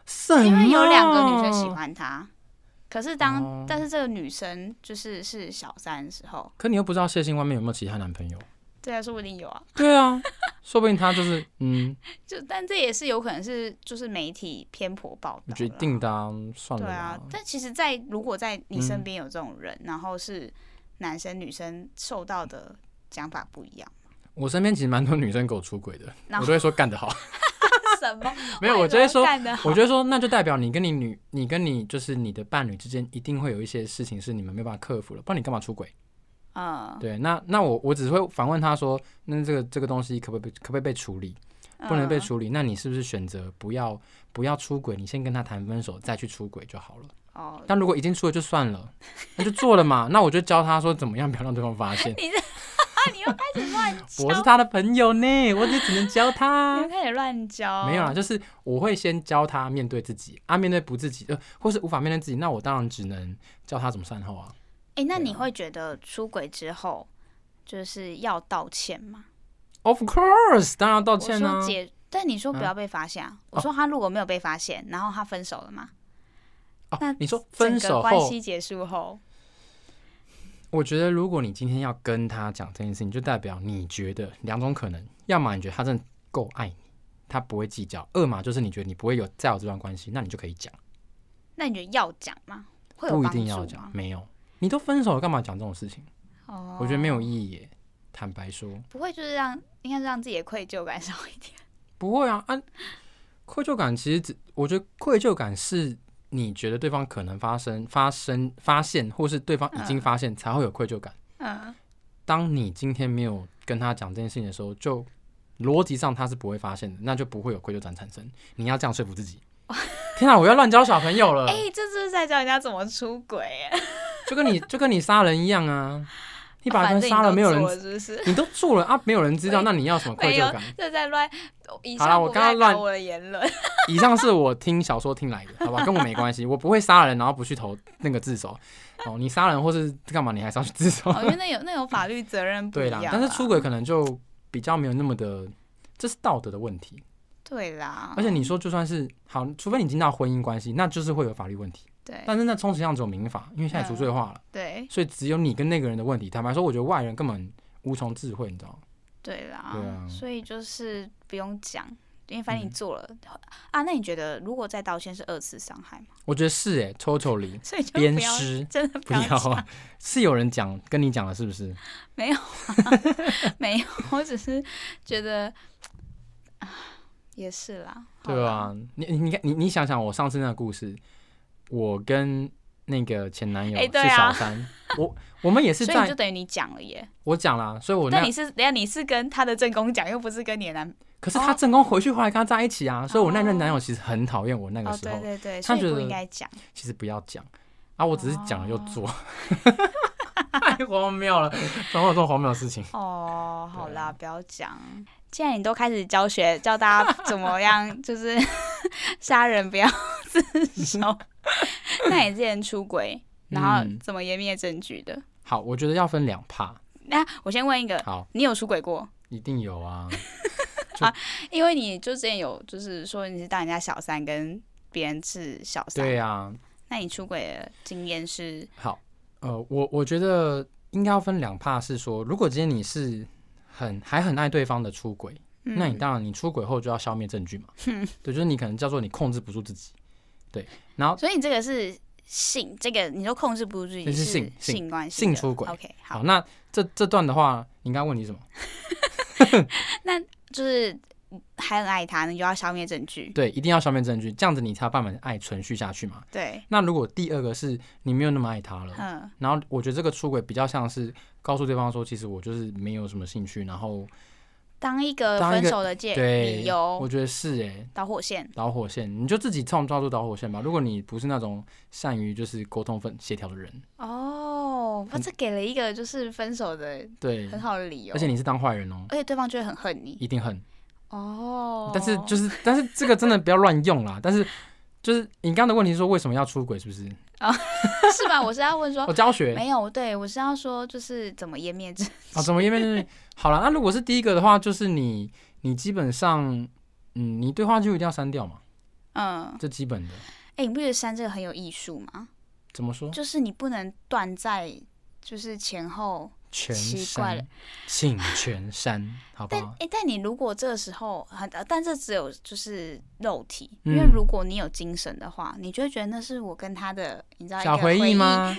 什么？
因为有两个女生喜。欢他。可是当、
哦
但是这个女生就是是小三的时候，
可你又不知道谢欣外面有没有其他男朋友？
对啊，说不定有啊。
对啊，说不定他就是 嗯，
就但这也是有可能是就是媒体偏颇报
我
道，
决定。的、啊，算了
对
啦
啊，。但其实在，如果在你身
嗯
边有这种人，然后是男生女生受到的讲法不一样，
我身边其实蛮多女生给我出轨的，
然
我
后
都会说干 得好。
什么？
没有，我
为
就会
了
说，
干得好
我就会说，那就代表你跟你女，你跟你就是你的伴侣之间，一定会有一些事情是你们没有办法克服的，不然你干嘛出轨？
嗯，
对，那那我我只会反问他说，那这个这个东西可不可以被可不可以被处理？不能被
嗯
处理，那你是不是选择不要不要出轨？你先跟他谈分手，再去出轨就好了。
哦。
但如果已经出了就算了， 那就做了嘛。那我就教他说怎么样不要让对方发 现。
啊，你又开始乱教，
我是他的朋友呢，我只只能教
你
他
又。开始乱教，
没有啦，就是我会先教他面对自己啊，面对不自己，呃，或是无法面对自己，那我当然只能教他怎么善后啊。
哎、那
对
你
啊
会觉得出轨之后就是要道歉吗？
Of course，当然要道歉
我
啊
说。解，但你说不
啊
要被发现啊。
哦
我说他如果没有被发现，然后他分手了嘛？
哦
那，
你说分
整个
手
关
后，
系结束后，
我觉得如果你今天要跟他讲这件事情，就代表你觉得两种可能，要么你觉得他真的够爱你，他不会计较；，二嘛就是你觉得你不会有再有这段关系，那你就可以讲，
那你觉得要讲吗？会有
不一
帮
定要
助
讲
吗。
没有，你都分手了，干嘛讲这种事情？
哦，
我觉得没有意义耶。坦白说，
不会，就是让应该是让自己的愧疚感少一 点。
不会啊，啊，愧疚感其实只，我觉得愧疚感是你觉得对方可能发生、发生、发现，或是对方已经发现才会有愧疚感。
嗯，
当你今天没有跟他讲这件事情的时候，就逻辑上他是不会发现的，那就不会有愧疚感产生。你要这样说服 自己。天啊！我要乱教小朋友了
哎、，这就是在教人家怎么出轨 耶。
就跟你就跟你杀人一样啊！你把
反
人
正
杀了，
你都
没有
做
人，
是不是？
你都做了啊，没有人知道，
没
那你要有什么愧
没有
疚感？
这在乱，以
好啦
上
我
不
刚刚
代表
乱
我的言 论。
以上是我听小说听来 的，好吧，跟我没关系，我不会杀人，然后不去投那个自首。哦，你杀人或是干嘛，你还是要去自首。
哦，因为那有那有法律责任不一
对啦
样，啊
但是
啦
出轨可能就比较没有那么的，这是道德的问题。
对啦，
而且你说就算是好，除非你进到婚姻关系，那就是会有法律问题。
对
但是那充其量只有民法，因为现在除罪化了，
对
所以只有你跟那个人的问题。坦白说，我觉得外人根本无从智慧，你知道吗？
对啦，
对啊
所以就是不用讲，因为反正你
嗯
做了、啊。那你觉得如果再道歉是二次伤害吗？
我觉得是哎、t o t a l l y
所以就不
鞭
要
尸。
真的
不
不要
要
讲，
啊，是有人讲跟你讲了是不是？
没有，我只是觉得啊也是啦，好
对
啦，
啊，你你你看你你想想，我上次那个故事，我跟那个前男友
哎
是
对啊
小三，我我们也是
所以你
在
就等于你讲了耶。
我讲啦，所以我
但
那
你是等一下你是跟他的正宫讲，又不是跟你的男
可是他正宫回去后来跟他在一起啊，所以我那任男友其实很讨厌我那个
哦，
时候，
对对对，所
他
以
觉
不
得
应该讲。
其实不要讲啊，我只是讲了就做，
哦
太荒谬了，怎么有这种荒谬的事情？
哦，好
对啊
啦，不要讲。既然你都开始教学，教大家怎么样，就是 杀人不要自首， 那你之前出轨，然后
嗯
怎么湮灭证据的？
好，我觉得要分两趴，
那我先问一个，
好，
你有出轨过？
一定有啊，
因为你就之前有就是说你是当人家小三，跟别人是小 三，
对啊，
那你出轨的经验是
好，呃，我我觉得应该要分两怕，是说，如果今天你是很还很爱对方的出轨，
嗯
那你当然你出轨后就要消灭证 据嘛，对，就是你可能叫做你控制不住自己，对，然后
所以你这个是性，这个你都控制不住自己，
这是性
性
性
关系的，
性出轨
OK，
好，
好，
那这这段的话，你刚刚问你什么？
就是还很爱他，你就要消灭证据。
对，一定要消灭证据，这样子你才有办法爱存续下去嘛。
对，
那如果第二个是你没有那么爱他了，
嗯，
然后我觉得这个出轨比较像是告诉对方说，其实我就是没有什么兴趣，然后
当一个
当一
分
个
手的借
对
理，
我
由
觉得是欸诶、
导火线，
导火线，你就自己创抓住导火线吧。如果你不是那种善于就是沟通分协调的人，
哦，
嗯
他这给了一个就是分手的
对，
很好的理由，
而且你是当坏人哦，
而且对方就会很恨你
一定恨。
哦，
但是就是，但是这个真的不要乱用啦。但是就是你刚刚的问题是说为什么要出轨，是不是？
是吧？我是要问说
我、，教
哦
学
没有，对我是要说，就是怎么湮灭这
啊，怎么 因为好了？那如果是第一个的话，就是你你基本上嗯，你对话记录一定要删掉嘛，
嗯，
这基本的。
哎、你不觉得删这个很有艺术吗？
怎么说？
就是你不能断在，就是前后。
全
奇怪了
删，请全删，好不
但
好
哎、？但你如果这个时候很，但这只有就是肉体，
嗯
因为如果你有精神的话，你就会觉得那是我跟他的，你知道一
小
个回
忆？ 吗？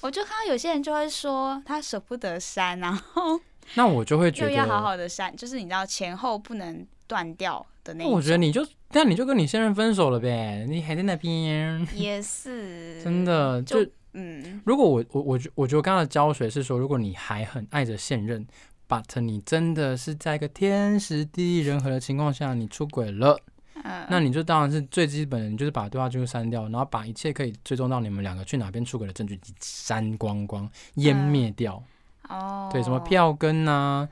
我就看到有些人就会说他舍不得删，然后
那我就会觉
又要好
得，
好的删，就是你知道前后不能断掉的那
那
一
我
种。
觉得你就，那你就跟你现任分手了呗，你还在那边，
也是，
真的就
呃就嗯，
如果我我我觉我觉得我刚刚的教学是说，如果你还很爱着现任，but 你真的是在一个天时地利人和的情况下，你出轨了，
呃
那你就当然是最基本的，你就是把对话记录删掉，然后把一切可以追踪到你们两个去哪边出轨的证据删光光，湮灭掉。
嗯哦，
对，什么票根啊，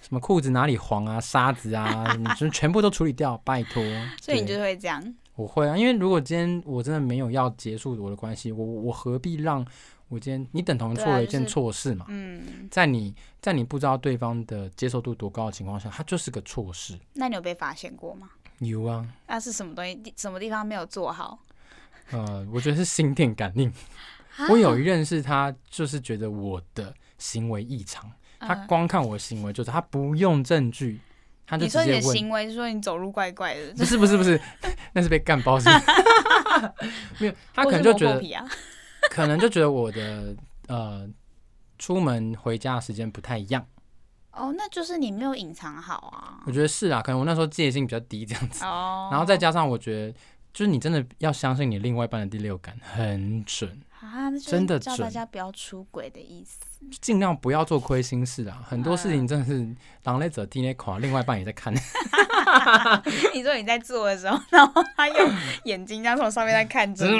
什么裤子哪里黄啊，沙 子啊，你就全部都处理掉，拜托。
所以你
对
就会这样，
我会啊，因为如果今天我真的没有要结束我的关系，我我何必让我今天你等同
对
做
啊
了一
就是
件错事嘛？
嗯，
在你在你不知道对方的接受度多高的情况下，它就是个错事。
那你有被发现过吗？
有啊，
那是什么东西？地什么地方没有做好？
呃，我觉得是心电感应。
啊
我有一任是他，就是觉得我的行为异常，他
嗯
光看我的行为，就是他不用证据，他就
你
直
说你
接
的
问。
行为，是说你走路怪怪的，
不是不是 不是，那是被干包是吗？ 没有，他
或
可
是
能就觉
磨
得
破皮啊，
可能就觉得我的呃出门回家的时间不太一样。
哦，那就是你没有隐藏好啊，
我觉得是啊，可能我那时候戒心比较低这样子，
哦，
然后再加上我觉得，就是你真的要相信你另外一半的第六感很准，
啊，那就是
真的
叫
准
大家不要出轨的意思。
尽量不要做亏心事啊。很多事情真的是狼来者替那垮，另外一半也在看。
你说你在做的时候，然后他用眼睛这样从上面在看着 你，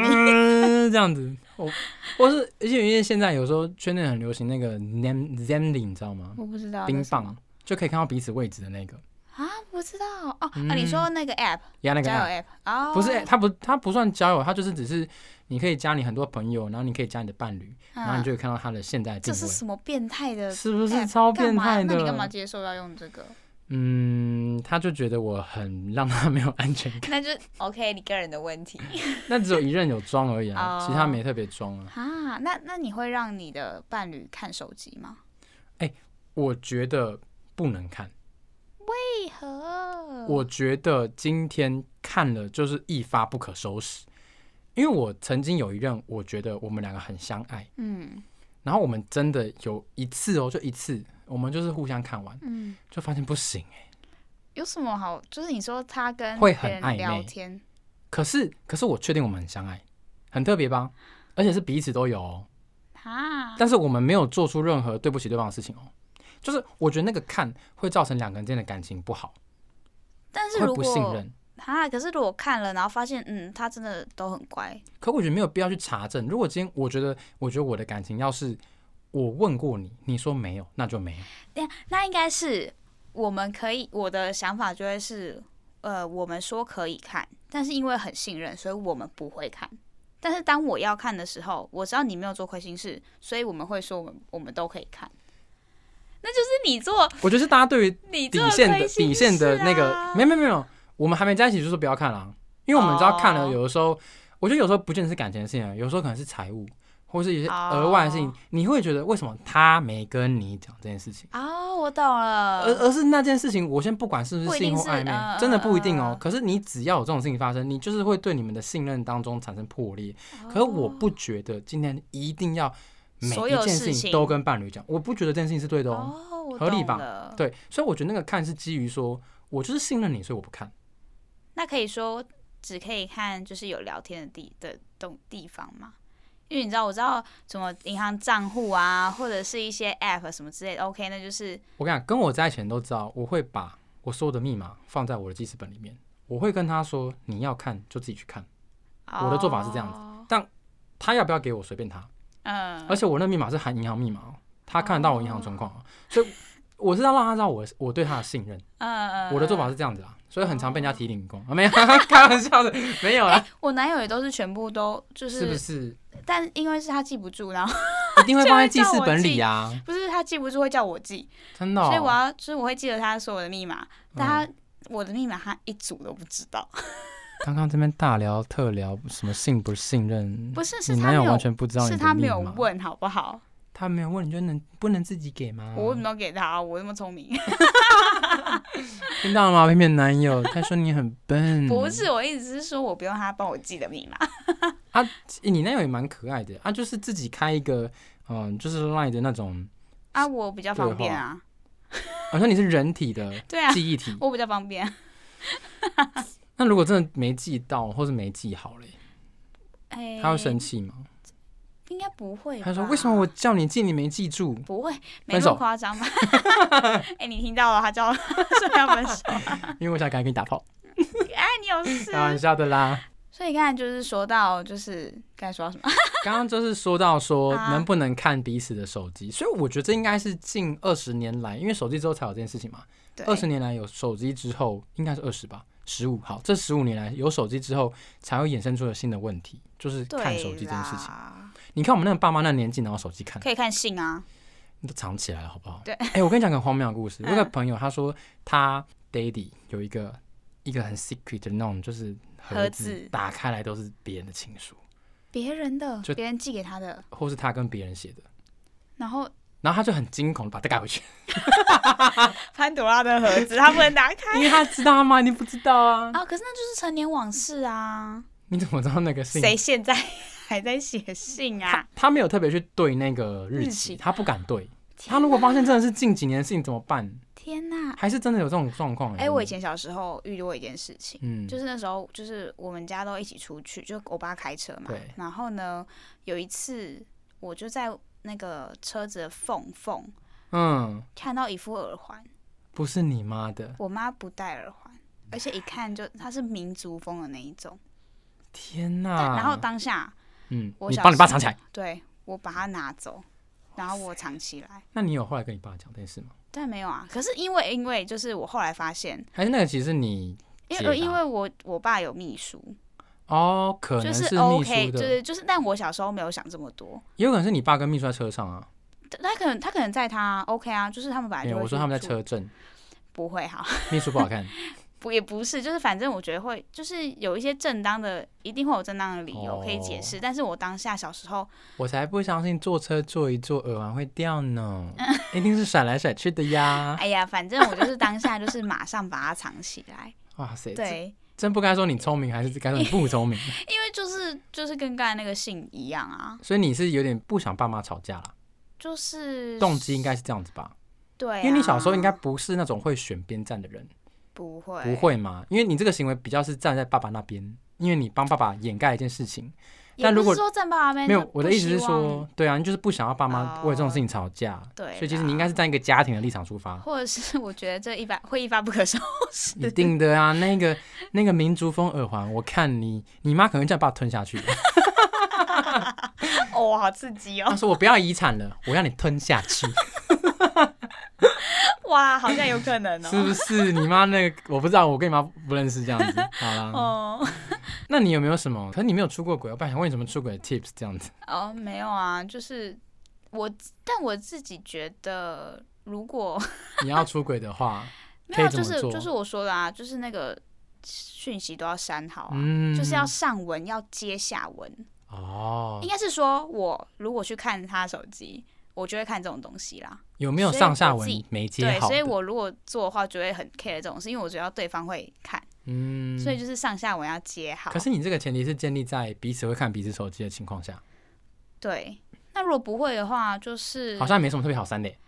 这样子，我或是而且因为现在有时候圈内很流行那个 Zam Zamly，你知道吗？
我不知道
冰
嗯那是什么
棒就可以看到彼此位置的那个，
啊，不知道哦啊，
嗯
你说那个 app
呀那个
交
app
友 app 哦，
不是、欸，他不，他不算交友，他就是只是你可以加你很多朋友，然后你可以加你的伴侣，
嗯，
然后你就可以看到他的现在的定
这是
位，
什么变态的
是不是
app？
超
干
变
嘛
态
那你干嘛
的？
接受要用这个？
嗯，他就觉得我很让他没有安全感，
那就 OK，你个人的问题
那只有一任有装而已啊，
哦
其他没特别装啊。
啊。那那你会让你的伴侣看手机吗？
我觉得不能看，
为何？
我觉得今天看了就是一发不可收拾，因为我曾经有一任，我觉得我们两个很相爱，
嗯
然后我们真的有一次哦，就一次，我们就是互相看完，
嗯，
就发现不行。
有什么好？就是你说他跟
会很
别人
暧昧
聊天，
可是，可是我确定我们很相爱，很特别吧？而且是彼此都有、哦，
啊，
但是我们没有做出任何对不起对方的事情哦。就是我觉得那个看会造成两个人之间的感情不好，
但是
会
如
不信
果
任。
啊，可是如果看了，然后发现嗯，他真的都很乖，
可我觉得没有必要去查证。如果今天我觉得，我觉得我的感情要是我问过你，你说没有，那就没有。
那那应该是我们可以，我的想法就会是，呃，我们说可以看，但是因为很信任，所以我们不会看。但是当我要看的时候，我知道你没有做亏心事，所以我们会说我们我们都可以看。那就是你做
我觉得是大家对于
你做
底线的、
亏心
底线的
事
那个
啊，
没有没有没有，我们还没在一起就说不要看啦、因为我们知道看了，
哦
有的时候、我觉得有时候不见得是感情的事情啊，有时候可能是财务或是一些
哦
额外的事情，你会觉得为什么他没跟你讲这件事情，
哦，我懂了。
而而是那件事情，我先不管是不
不
是
一定
性或
是
暧昧，
嗯
真的不一定哦
嗯、嗯嗯
可是你只要有这种事情发生，你就是会对你们的信任当中产生破裂。可是我不觉得今天一定要每
哦所
一
有
件
事
事
情
情都跟伴侣讲，我不觉得这件事情是对的哦。
哦，我
合理
懂
吧
了？
对，所以我觉得那个看是基于说，我就是信任你，所以我不看。
那可以说只可以看就是有聊天的地的东地方吗？因为你知道，我知道什么银行账户啊，或者是一些 App 什么之类的。OK，那就是
我跟你讲，跟我在一起的人都知道，我会把我所有的密码放在我的记事本里面。我会跟他说，你要看就自己去看，我的做法是这样子
子。
他要不要给我随便他。
哦嗯，
而且我那密码是含银行密码哦，他看得到我银行存款哦，所以我是要让他知道我我对他的信任，
嗯，哦
我的做法
是，
是这样子啦，所以很常被人家提领工啊，没有 开玩笑的，没有啦，
我男友也都是全部都哎就是，
是不是？
但因为是他记不住，然后
一定会放在记事本里啊，
不是他记不住会叫我记，
真的哦、嗯
所以我要就是我会记得他所有的密码，但他、我的密码他一组都不知道，
刚刚这边大聊特聊什么信不信任，
不是是
你
他
男
没
友
有
完全不知道你
是
的
他没
密
有
码，
问好不好？
他没有问你就能不能自己给吗？
我为什么要给他？我那么聪明，
听到了吗？偏偏男友他说你很笨，
不是我一直是说我不用他帮我记的密码，
啊，你男友也蛮可爱的啊，就是自己开一个嗯，就是 line 的那种，
啊，我比较方便啊，
好像你是人体的
对啊，
记忆体，
我比较方便啊。
那如果真的没记到或是没记好嘞，
哎，
他会生气吗？
应该不会吧。
他说为什么我叫你记你没记住？
不会没那么
分手
夸张吧？ 哎，你听到了， 他叫说要分 手，
因为我想赶紧跟你 打炮，
哎，你有事
开。玩笑的啦。
所以刚才就是说到，就是刚才说到什么？
刚刚就是说到说
啊
能不能看彼此的手机，所以我觉得这应该是近二十年来，因为手机之后才有这件事情嘛。
对，
二十年来有手机之后，应该是二十吧，十五。好，这十五年来有手机之后，才会衍生出了新的问题，就是
对
看手机这件事情。
啦
你看我们那个爸妈那年纪，哪有手机看？
可以看信啊，
你都藏起来了，好不好？
对
哎、我跟你讲个荒谬的故事。
嗯
我有个朋友他说，他 daddy 有一个一个很 secret 的那种，就是盒
盒
子，
子
打开来都是别人的情书，
别人的，
就
别人寄给他的，
或是他跟别人写的。
然后
然后他就很惊恐，把它盖 回去，
潘朵拉的盒子他不能打 开
因为他知道他妈一定不知道啊。
啊，可是那就是成年往事啊，
你怎么知道那个信？
谁现在还在写信啊？
他没有特别去对那个日
日
期，
期
他不敢对。
天
他如果发现真的是近几年的事情怎么办？
天哪！
还是真的有这种状况？
哎、我以前小时候遇过一件事情，
嗯，
就是那时候就是我们家都一起出去，就我爸开车嘛
对。
然后呢，有一次我就在那个车子的缝缝
嗯，
看到一副耳环，
不是你妈的，
我妈不戴耳环，而且一看就它是民族风的那一种。
天哪！
但然后当下
嗯，
我
啊你
小
帮你爸
时
藏起来。
对我把它拿走，然后我藏起来。
那你有后来跟你爸讲这件事吗？
但没有啊，可是因为因为就是我后来发现，
还是那个其实是你
因
解
为因
答
为我我爸有秘书，
哦，可
就
能秘书
OK，
的，
就是就是，但我小时候没有想这么多，
也有可能是你爸跟秘书在车上啊。
他可能他可能在他 OK 啊，就是他们本来
没
就
有，
会
我说他们在
住
车震，
不会哈，
秘书不 好看。
不也不是，就是反正我觉得会，就是有一些正当的，一定会有正当的理由
哦
可以解释，但是我当下小时候
我才不相信坐车坐一坐耳环会掉 呢，一定是甩来甩去的呀！
哎呀，反正我就是当下就是马上把它藏起 来，
哇塞，这
对，
真不该说你聪明，还是该说你不聪明。
因为就是就是跟刚才那个信一样啊，
所以你是有点不想爸妈吵架了，
就是
动机应该是这样子吧？
对啊、
因为你小时候应该不是那种会选边站的人，
不会
不会嘛？因为你这个行为比较是站在爸爸那边，因为你帮爸爸掩盖一件事情。
也
但如
不
果
是说站爸爸
没有，我的意思是说，，对啊，你就是不想要爸妈为这种事情吵架，
哦对
所以其实
啦
你应该是站一个家庭的立场出
就
发，
或者是我觉得这一把会一发不可收拾，
一定的啊。那个那个民族风耳环，我看你你妈可能叫你爸吞 下去，
哦，好刺激
她
哦！
说我不要遗产了，我要你吞下去，
哇，好像有可能
是
哦。
不是？你妈那个我不知道，我跟你妈不认识这样子。好啦，
哦
那你有没有什么？可是你没有出过轨，我本来想问你什么出轨的 tips 这样子。
哦，没有啊，就是我，但我自己觉得，如果
你要出轨的话，
没有啊，
可以
就
怎么
是
做
就是我说的啊，就是那个讯息都要删好啊，
嗯，
就是要上文，要接下文。
哦
应，该是说我如果去看他手机，我就会看这种东西啦。
有没有
所以
上下
我自
文
己
没接
对，
好的？
所以我如果做的话，就会很 care 这种事，因为我觉得对方会看，
嗯，
所以就是上下文要接好。
可是你这个前提是建立在彼此会看彼此手机的情况下，
对，那如果不会的话，就是
好像也没什么特别好删的耶。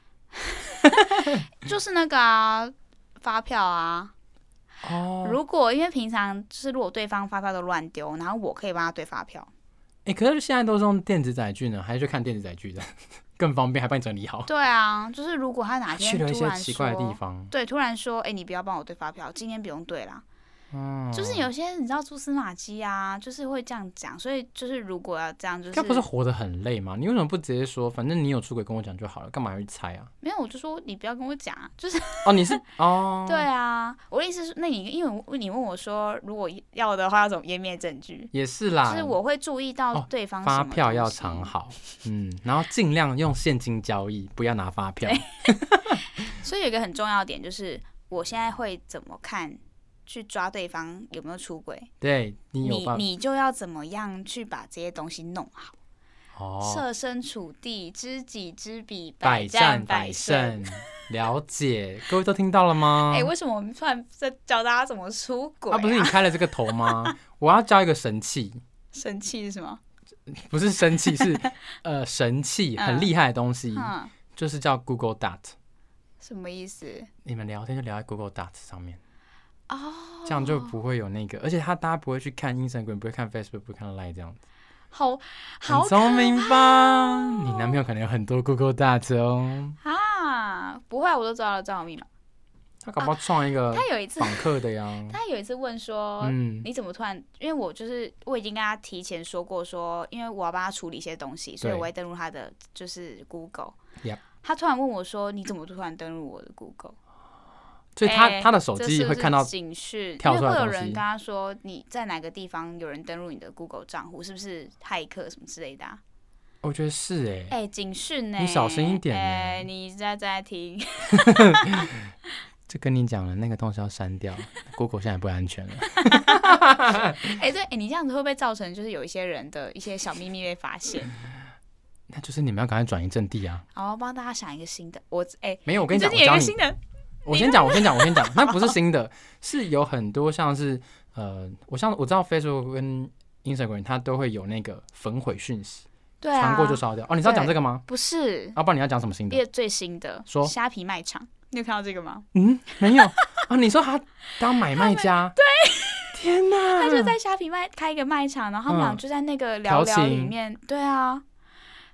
就是那个啊，发票啊。
哦，
如果因为平常就是如果对方发票都乱丢，然后我可以帮他对发票。
哎、可是现在都是用电子载具呢，还 是去看电子载具的更方便，还帮你整 理好。
对啊，就是如果他哪
去
天
了一
突
些
然
奇怪的地
说，
方，
对，突然说，哎、你不要帮我对发票，今天不用对啦。
嗯，
就是有些你知道蛛丝马迹啊，就是会这样讲，所以就是如果要这样，就
他
是
不是活得很累吗？你为什么不直接说，反正你有出轨跟我讲就好了，干嘛要去猜啊？
没有，我就说你不要跟我讲，啊，就是
哦，你是哦，
对，啊，我的意思是，那你因为我你问我说，如果要的话要怎么湮灭证据？
也是
就
啦，
是我会注意到
啊哦
对方什
发
么
票
东
要
西
藏好，嗯，然后尽量用现金交易，不要拿发票。
所以有一个很重要的点就是，我现在会怎么看去抓对方有没有出轨，
对你有
你
办法
你就要怎么样去把这些东西弄好，
哦，
设身处地，知己知彼，
百
战
战百
胜。
胜，了解，各位都听到了吗？
哎、为什么我们突然在教大家怎么出轨、
啊，不是你开了这个头吗？我要教一个神器，
生气是什么？
不是神器， 是呃神器，
嗯
很厉害的东西，
嗯，
就是叫 Google Dot。
什么意思？
你们聊天就聊在 Google Dot 上面，
哦，
这样就不会有那个，而且他大家不会去看 Instagram，不会看 Facebook，不会看 Line 这样子，
好好哦
很聪明吧？你男朋友可能有很多 Google Dot 哦，
啊！不会啊，我都知道了账号密码。
他搞不好创一个
哦他有一次，
访客的呀。
他有一次问说，
嗯，
你怎么突然？因为我就是我已经跟他提前说过说，因为我要帮他处理一些东西，所以
对
我会登录他的就是 Google。
Yep
他突然问我说：“你怎么突然登录我的 Google？”
所以他、
哎
他的手
这是
机
不
会
是
看到
警讯，
跳出来
因为会有
的东
人
西
跟他说你在哪个地方有人登录你的 Google 账户，是不是骇客什么之类的、啊？
我觉得是哎、
哎、警讯呢、
你小心一点呢
哎、你在在 听，
就跟你讲了，那个东西要删掉，Google 现在不安全了。
哎、对，哎、你这样子会不会造成就是有一些人的一些小秘密被发现？
那就是你们要赶快转移阵地啊！
然后帮大家想一个新的，我哎，
没有，我
我
跟你讲，
最
我
近有
教
一个
你
新，的，
我先讲，我先讲，我 先讲，那不是新的，是有很多像是呃，我像我知道 Facebook 跟 Instagram 它都会有那个焚毁讯息，
对啊，
传过就烧掉。哦，你是要讲这个吗？
不是
啊，不然你要讲什么新的？
列最新的，
说
虾皮卖场，你有看到这个吗？
嗯，没有啊，你说他当买卖家？对，天 哪！
他就在虾皮卖开一个卖场，然后他们
嗯
俩就在那个聊
调
聊
情
里面，对啊，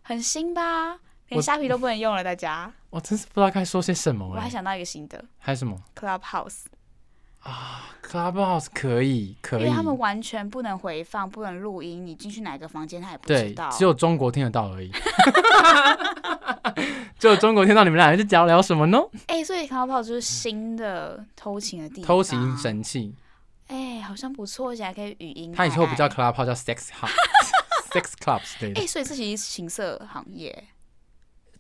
很新吧？连
我
虾皮都不能用了，大家。
我真是不知道该说些什么
我
哎、
还想到一个新的
还有什么
Clubhouse，
Clubhouse 可以
因
可以
为，他们完全不能回放，不能录音，你进去哪个房间他也不知
对
道，。
只有中国听得到而已。 只有中国听到你们俩在聊聊什么呢？
哎、所以 Clubhouse 就是新的偷情的地方。
偷情。神器，
哎、好像不错，而且还可以语音。
它以后不叫
哎
club，它叫 sex hub 。sex clubs 对
哎、
的，
所以这其实是情色行业。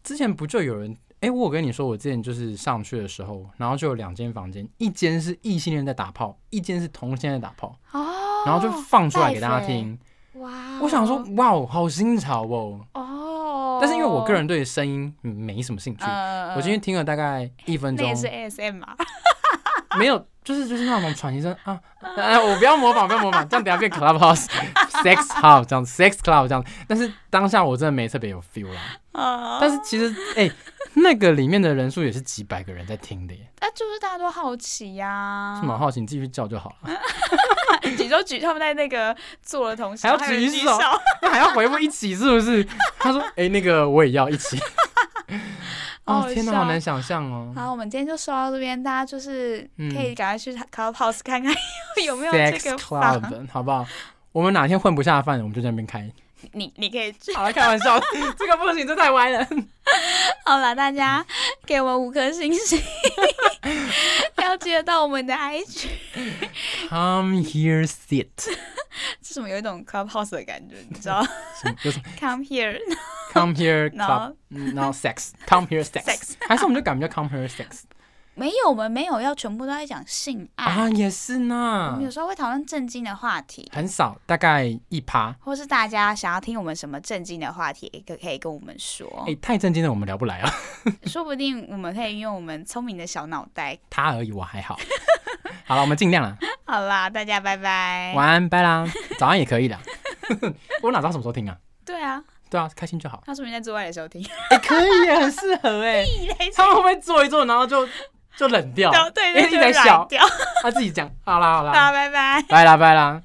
之前不就有人？哎、我有跟你说，我之前就是上去的时候，然后就有两间房间，一间是异性恋在打炮，一间是同性恋在打炮，
哦。
然后就放出来给大
带飞
家听。
哇。
我想说，哇哦，好新潮哦！
哦，
但是因为我个人对声音没什么兴趣，
呃，
我今天听了大概一分
那
钟
也，是 ASM 啊，
没有，就是就是那种喘息声啊，哎，我不要模仿，不要模仿，这样等下变 clubhouse sex hub 这样子，sex club 这样子。但是当下我真的没特别有 feel 啦。
啊，
但是其实，哎、那个里面的人数也是几百个人在听的耶，
啊，就是大家都好奇呀、
是
嗯
蛮好奇，你继续叫就好了。
你就举他们在那个做的同时，
还要
还有
举
人举
手 那还要回复一起是不是？他说，哎、那个我也要 一起。
好
哦
好，
天哪，
笑
好难想象哦。
好，我们今天就说到这边，大家就是
嗯
可以赶快去 Clubhouse 看 看有没有
sex
这个房。
club 好不好？我们哪天混不下饭，我们就在那边开。
你你可以去。
好了，开玩笑，这个不行，这太 歪了。
好了，大家给我们五颗星 星，要记得到我们的 IG。
Come here, sit
这怎么有一种 Clubhouse 的感觉，你知道
什么。有什么
？Come here，
Come here,
然
club，
后
嗯 然后 sex. Come here, sex.
Sex
还是我们就改名叫 Come here, sex
没有，我们没有要全部都在讲性爱。
啊？也是
我
呢
们，有时候会讨论正经的话题，
很少，大概一趴。
或是大家想要听我们什么正经的话题，也可可以跟我们说，
哎，太震惊了，我们聊不来啊。
说不定我们可以用我们聪明的小脑袋。
他而已，我还 好。好了，我们尽量了。
好啦，大家拜拜。
晚安，拜啦。早上也可以啦。 我哪知道什么时候听啊？
对啊，
对啊，开心就好。
他说明在做爱的时候听。
哎，可以，很适合哎。 他们会不会做一做，然后就就冷掉？
对对，
因为一直在
就软
笑，啊
掉。
他自己讲。好啦好
好啦，
啦，
拜拜。
拜啦拜啦。